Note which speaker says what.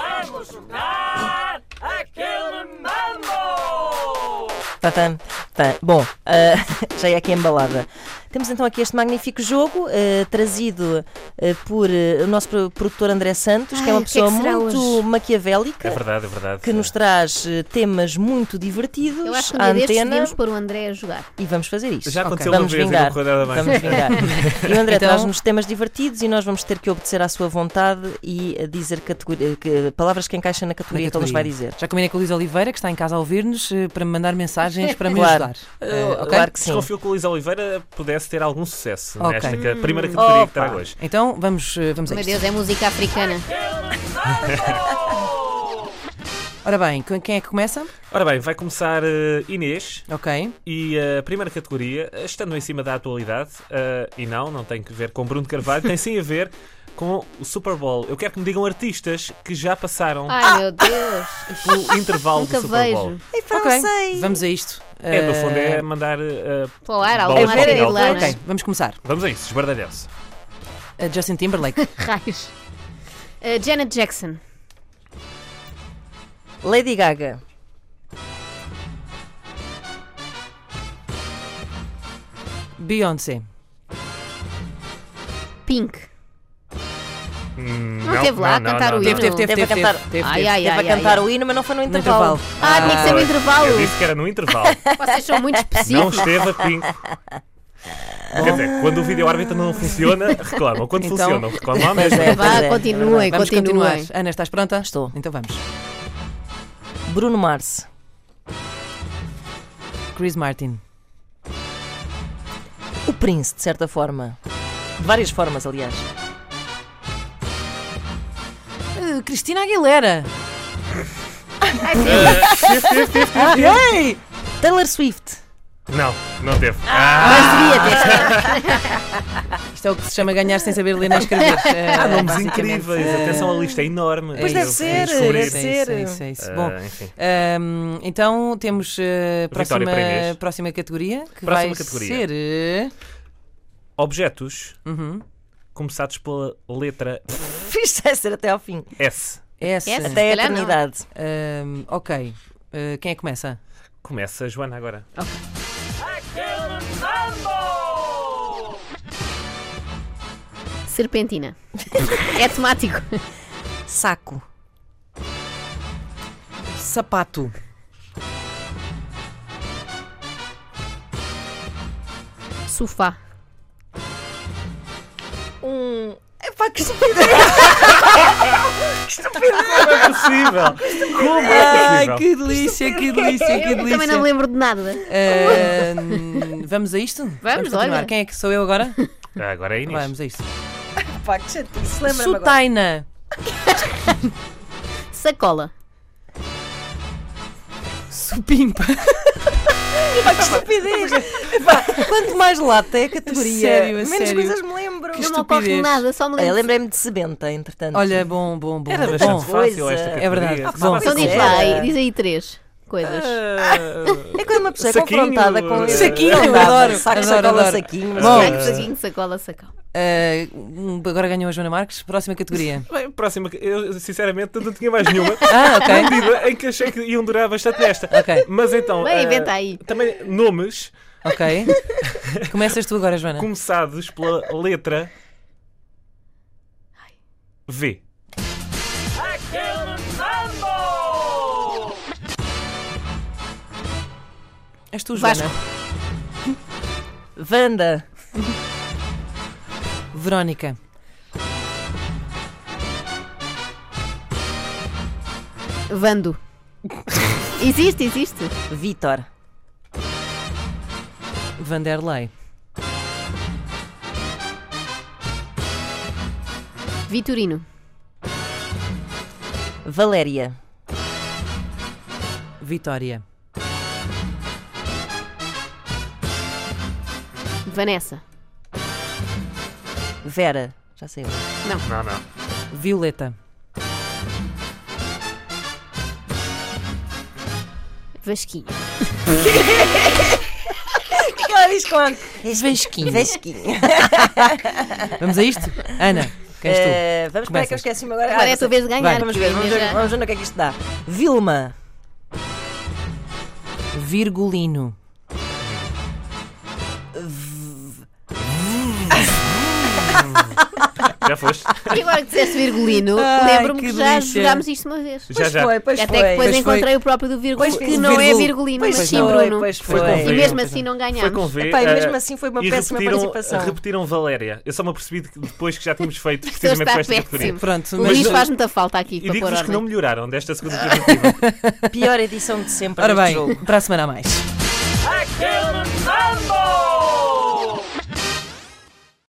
Speaker 1: Vamos chutar aquele mambo!
Speaker 2: Tadam, tadam. Tá, Bom, ah, já é aqui embalada. Temos então aqui este magnífico jogo, ah, trazido ah, por ah, o nosso pro- produtor André Santos, que é
Speaker 3: Ai,
Speaker 2: uma
Speaker 3: o que é
Speaker 2: pessoa
Speaker 3: que será
Speaker 2: muito
Speaker 3: hoje?
Speaker 2: maquiavélica,
Speaker 4: É verdade, é verdade.
Speaker 2: que nos traz eh, temas muito divertidos
Speaker 3: Eu acho que um
Speaker 2: à
Speaker 3: dia destes
Speaker 2: antena
Speaker 3: devíamos pôr o André a jogar.
Speaker 2: e vamos fazer isto.
Speaker 4: Já aconteceu
Speaker 2: vamos
Speaker 4: uma vez
Speaker 2: vingar.
Speaker 4: e não correu nada bem.
Speaker 2: Vamos vingar. E o André
Speaker 5: Então-
Speaker 2: traz-nos temas divertidos e nós vamos ter que obedecer à sua vontade e eh, dizer categori- que- eh, palavras que encaixam na categoria, que ele nos vai dizer.
Speaker 5: Já combinei com a Luísa Oliveira, que está em casa a ouvir-nos, eh, para me mandar mensagens para me
Speaker 2: Claro.
Speaker 5: ajudar. Eh,
Speaker 2: Eh,
Speaker 5: ok?
Speaker 2: Claro que sim.
Speaker 4: Desconfio que o Luísa Oliveira pudesse ter algum sucesso
Speaker 5: Ok.
Speaker 4: nesta
Speaker 3: Hum.
Speaker 4: ca- primeira categoria que trago
Speaker 2: Opa.
Speaker 4: hoje.
Speaker 5: Então vamos, eh, vamos a
Speaker 3: Meu
Speaker 5: isto.
Speaker 3: Deus, é música africana.
Speaker 5: Ora bem, com- quem é que começa?
Speaker 4: Ora bem, vai começar eh, Inês
Speaker 5: Ok.
Speaker 4: e a primeira categoria, eh, estando em cima da atualidade, eh, e não, não tem que ver com Bruno Carvalho, tem sim a ver com o Super Bowl. Eu quero que me digam artistas que já passaram
Speaker 3: Ai meu Deus,
Speaker 4: o intervalo
Speaker 3: Ah. nunca
Speaker 4: do Super
Speaker 3: vejo.
Speaker 4: Bowl.
Speaker 5: ok, vamos a isto.
Speaker 4: É, no
Speaker 5: Eh,
Speaker 4: fundo, é mandar. eh,
Speaker 3: Para o ar,
Speaker 4: Bom,
Speaker 3: alguma
Speaker 4: é ver,
Speaker 3: coisa
Speaker 4: é
Speaker 3: lá, não
Speaker 5: Ok,
Speaker 3: é?
Speaker 5: vamos começar.
Speaker 4: vamos a isso, esbardalhão-se.
Speaker 5: Eh, Justin Timberlake,
Speaker 3: Raios. Uh, Janet Jackson,
Speaker 2: Lady Gaga,
Speaker 5: Beyoncé,
Speaker 3: Pink.
Speaker 4: Hum,
Speaker 3: Não teve lá a cantar o
Speaker 5: teve,
Speaker 3: hino.
Speaker 5: teve, teve,
Speaker 2: Deve
Speaker 5: teve,
Speaker 2: cantar.
Speaker 5: teve, teve.
Speaker 3: Ai, ai,
Speaker 2: esteve
Speaker 3: ai,
Speaker 2: a
Speaker 3: ai,
Speaker 2: cantar um-
Speaker 3: ai.
Speaker 2: o hino, mas não foi no
Speaker 5: No
Speaker 2: intervalo.
Speaker 5: intervalo.
Speaker 3: Ah, tinha que ser no intervalo.
Speaker 4: Eu disse que era no intervalo.
Speaker 3: Vocês são muito
Speaker 4: Não
Speaker 3: específicos.
Speaker 4: esteve a pinco. Quer dizer, quando o vídeo árbitro não funciona, reclamam. Quando
Speaker 5: Então-
Speaker 4: funciona, reclamam à
Speaker 2: Pois
Speaker 4: mesma.
Speaker 2: é,
Speaker 3: Vá,
Speaker 2: pois é, é
Speaker 3: continuem,
Speaker 2: verdade.
Speaker 5: Vamos continuar.
Speaker 3: continuem.
Speaker 5: Ana, estás pronta?
Speaker 2: Estou.
Speaker 5: Então vamos.
Speaker 2: Bruno Mars,
Speaker 5: Chris Martin,
Speaker 2: o Prince, de certa forma. De várias formas, aliás.
Speaker 5: Eh, Cristina Aguilera.
Speaker 2: Taylor Swift,
Speaker 4: Não, não teve. Ah,
Speaker 5: Isto é o que se chama ganhar sem saber ler nem escrever. Eh,
Speaker 4: Há nomes incríveis. Atenção, a lista é enorme.
Speaker 2: Pois
Speaker 4: Eu
Speaker 2: deve
Speaker 4: fui
Speaker 2: ser,
Speaker 4: descobrir.
Speaker 2: deve ser.
Speaker 5: É isso, é isso.
Speaker 4: Ah,
Speaker 5: Bom,
Speaker 4: enfim.
Speaker 5: Ahm, então temos a próxima,
Speaker 4: para Inês.
Speaker 5: próxima categoria que
Speaker 4: Próxima
Speaker 5: vai
Speaker 4: categoria.
Speaker 5: ser eh,
Speaker 4: Objetos
Speaker 5: uhum,
Speaker 4: começados pela letra
Speaker 2: fiz é ser até ao fim.
Speaker 4: S.
Speaker 5: essa.
Speaker 3: Essa?
Speaker 2: Até a
Speaker 3: calhar não.
Speaker 2: eternidade.
Speaker 5: Ahm, ok. Eh, quem é que começa?
Speaker 4: Começa, Joana, agora.
Speaker 1: Aquele mambo!
Speaker 3: Serpentina. É temático.
Speaker 2: Saco,
Speaker 5: Sapato.
Speaker 3: Sofá.
Speaker 2: um. Epá, que estupidez!
Speaker 4: Como é possível? Como é
Speaker 5: Ai,
Speaker 4: possível?
Speaker 5: que delícia, que delícia, que
Speaker 3: Eu também
Speaker 5: delícia.
Speaker 3: não me lembro de nada.
Speaker 5: Ahm, vamos a isto?
Speaker 3: Vamos,
Speaker 5: continuar.
Speaker 3: olha.
Speaker 5: Quem é que sou eu agora?
Speaker 4: Ah, Agora é Inês.
Speaker 5: Vamos a isto.
Speaker 2: Epá, que chatice. Lembra-me agora.
Speaker 5: Sutaina.
Speaker 3: Sacola.
Speaker 5: Supimpa.
Speaker 2: Epá, que estupidez! Epá, É quanto mais lata é a categoria,
Speaker 5: sério, a
Speaker 2: menos
Speaker 5: sério.
Speaker 2: coisas me lembro.
Speaker 5: Que
Speaker 3: Não me ocorre
Speaker 5: estupidez.
Speaker 3: nada, só me
Speaker 2: Olha,
Speaker 3: lembro.
Speaker 2: lembrei-me de sebenta, entretanto.
Speaker 5: Olha, bom, bom, bom.
Speaker 2: Era
Speaker 5: bom.
Speaker 4: É Bastante fácil
Speaker 2: coisa.
Speaker 4: esta
Speaker 2: É
Speaker 4: categoria.
Speaker 5: verdade.
Speaker 4: Gostava
Speaker 5: Bom.
Speaker 4: de
Speaker 3: Então diz
Speaker 2: Era.
Speaker 3: lá, aí, diz aí três coisas.
Speaker 4: Ah,
Speaker 2: É quando uma pessoa é
Speaker 4: Saquinho,
Speaker 2: confrontada com
Speaker 4: eh,
Speaker 2: isso.
Speaker 5: Saquinho, adoro,
Speaker 2: Saco,
Speaker 5: adoro,
Speaker 2: sacola,
Speaker 5: adoro.
Speaker 2: saquinho.
Speaker 4: Bom.
Speaker 3: Saco, saquinho, sacola, sacão.
Speaker 5: Ah, um- agora ganhou a Joana Marques. Próxima categoria.
Speaker 4: Bem, próxima. Eu, sinceramente, não tinha mais nenhuma.
Speaker 5: Ah, ok.
Speaker 4: medida em que achei que iam durar bastante nesta.
Speaker 5: Ok.
Speaker 4: Mas então.
Speaker 3: Bem,
Speaker 4: eh,
Speaker 3: inventa aí.
Speaker 4: Também nomes
Speaker 5: Ok. Começas tu agora, Joana.
Speaker 4: começados pela letra V.
Speaker 1: Aquele mambo!
Speaker 5: És tu, Joana.
Speaker 2: Vanda,
Speaker 5: Verónica.
Speaker 3: Vando. Existe, existe.
Speaker 2: Vitor,
Speaker 5: Vanderlei.
Speaker 3: Vitorino.
Speaker 2: Valéria,
Speaker 5: Vitória.
Speaker 3: Vanessa.
Speaker 2: Vera, já sei. eu.
Speaker 4: Não, não.
Speaker 5: Violeta.
Speaker 3: Vasquinha.
Speaker 2: Olha, esconde. És vesquinho. Vesquinho.
Speaker 5: Vamos a isto? Ana. Quem és tu?
Speaker 2: Eh, vamos para
Speaker 5: Começas.
Speaker 2: que eu esqueci-me agora.
Speaker 3: Agora é a
Speaker 2: essa-
Speaker 3: tua vez de ganhar.
Speaker 2: Vamos ver, vamos
Speaker 3: Inês,
Speaker 2: ver,
Speaker 3: já-
Speaker 2: vamos ver no que é que isto dá. Vilma.
Speaker 5: Virgulino.
Speaker 4: Já foste?
Speaker 3: E agora que disseste virgulino,
Speaker 5: Ai,
Speaker 3: lembro-me que,
Speaker 5: que
Speaker 3: já
Speaker 5: lixa.
Speaker 3: jogámos isto uma vez.
Speaker 4: Já, já.
Speaker 2: foi, pois
Speaker 3: Até
Speaker 2: foi.
Speaker 3: que depois
Speaker 5: Pois foi.
Speaker 3: encontrei o próprio do vírgula,
Speaker 2: Pois
Speaker 3: que
Speaker 2: foi.
Speaker 3: não é
Speaker 5: Virgul.
Speaker 3: virgulino,
Speaker 2: Pois
Speaker 3: mas sim,
Speaker 2: foi,
Speaker 3: Bruno.
Speaker 2: pois
Speaker 4: Foi
Speaker 2: foi.
Speaker 4: com
Speaker 3: E
Speaker 4: V.
Speaker 3: mesmo assim não
Speaker 4: Foi com
Speaker 3: ganhámos.
Speaker 4: V.
Speaker 2: Epá, e
Speaker 4: eh,
Speaker 2: mesmo assim foi uma
Speaker 4: e
Speaker 2: péssima
Speaker 4: repetiram,
Speaker 2: participação.
Speaker 4: Repetiram Valéria. Eu só me apercebi de- depois que já tínhamos feito
Speaker 3: Isto
Speaker 4: precisamente
Speaker 3: está
Speaker 4: com esta categoria.
Speaker 3: péssimo.
Speaker 5: Pronto,
Speaker 3: O
Speaker 5: mas-
Speaker 3: Luís faz muita falta aqui
Speaker 4: E
Speaker 3: para pôr
Speaker 4: digo-vos que não
Speaker 3: ordem.
Speaker 4: melhoraram desta segunda tentativa.
Speaker 2: Pior edição de sempre.
Speaker 5: Ora
Speaker 2: deste
Speaker 5: bem,
Speaker 2: jogo.
Speaker 5: para a semana a mais.
Speaker 1: I killed a mambo!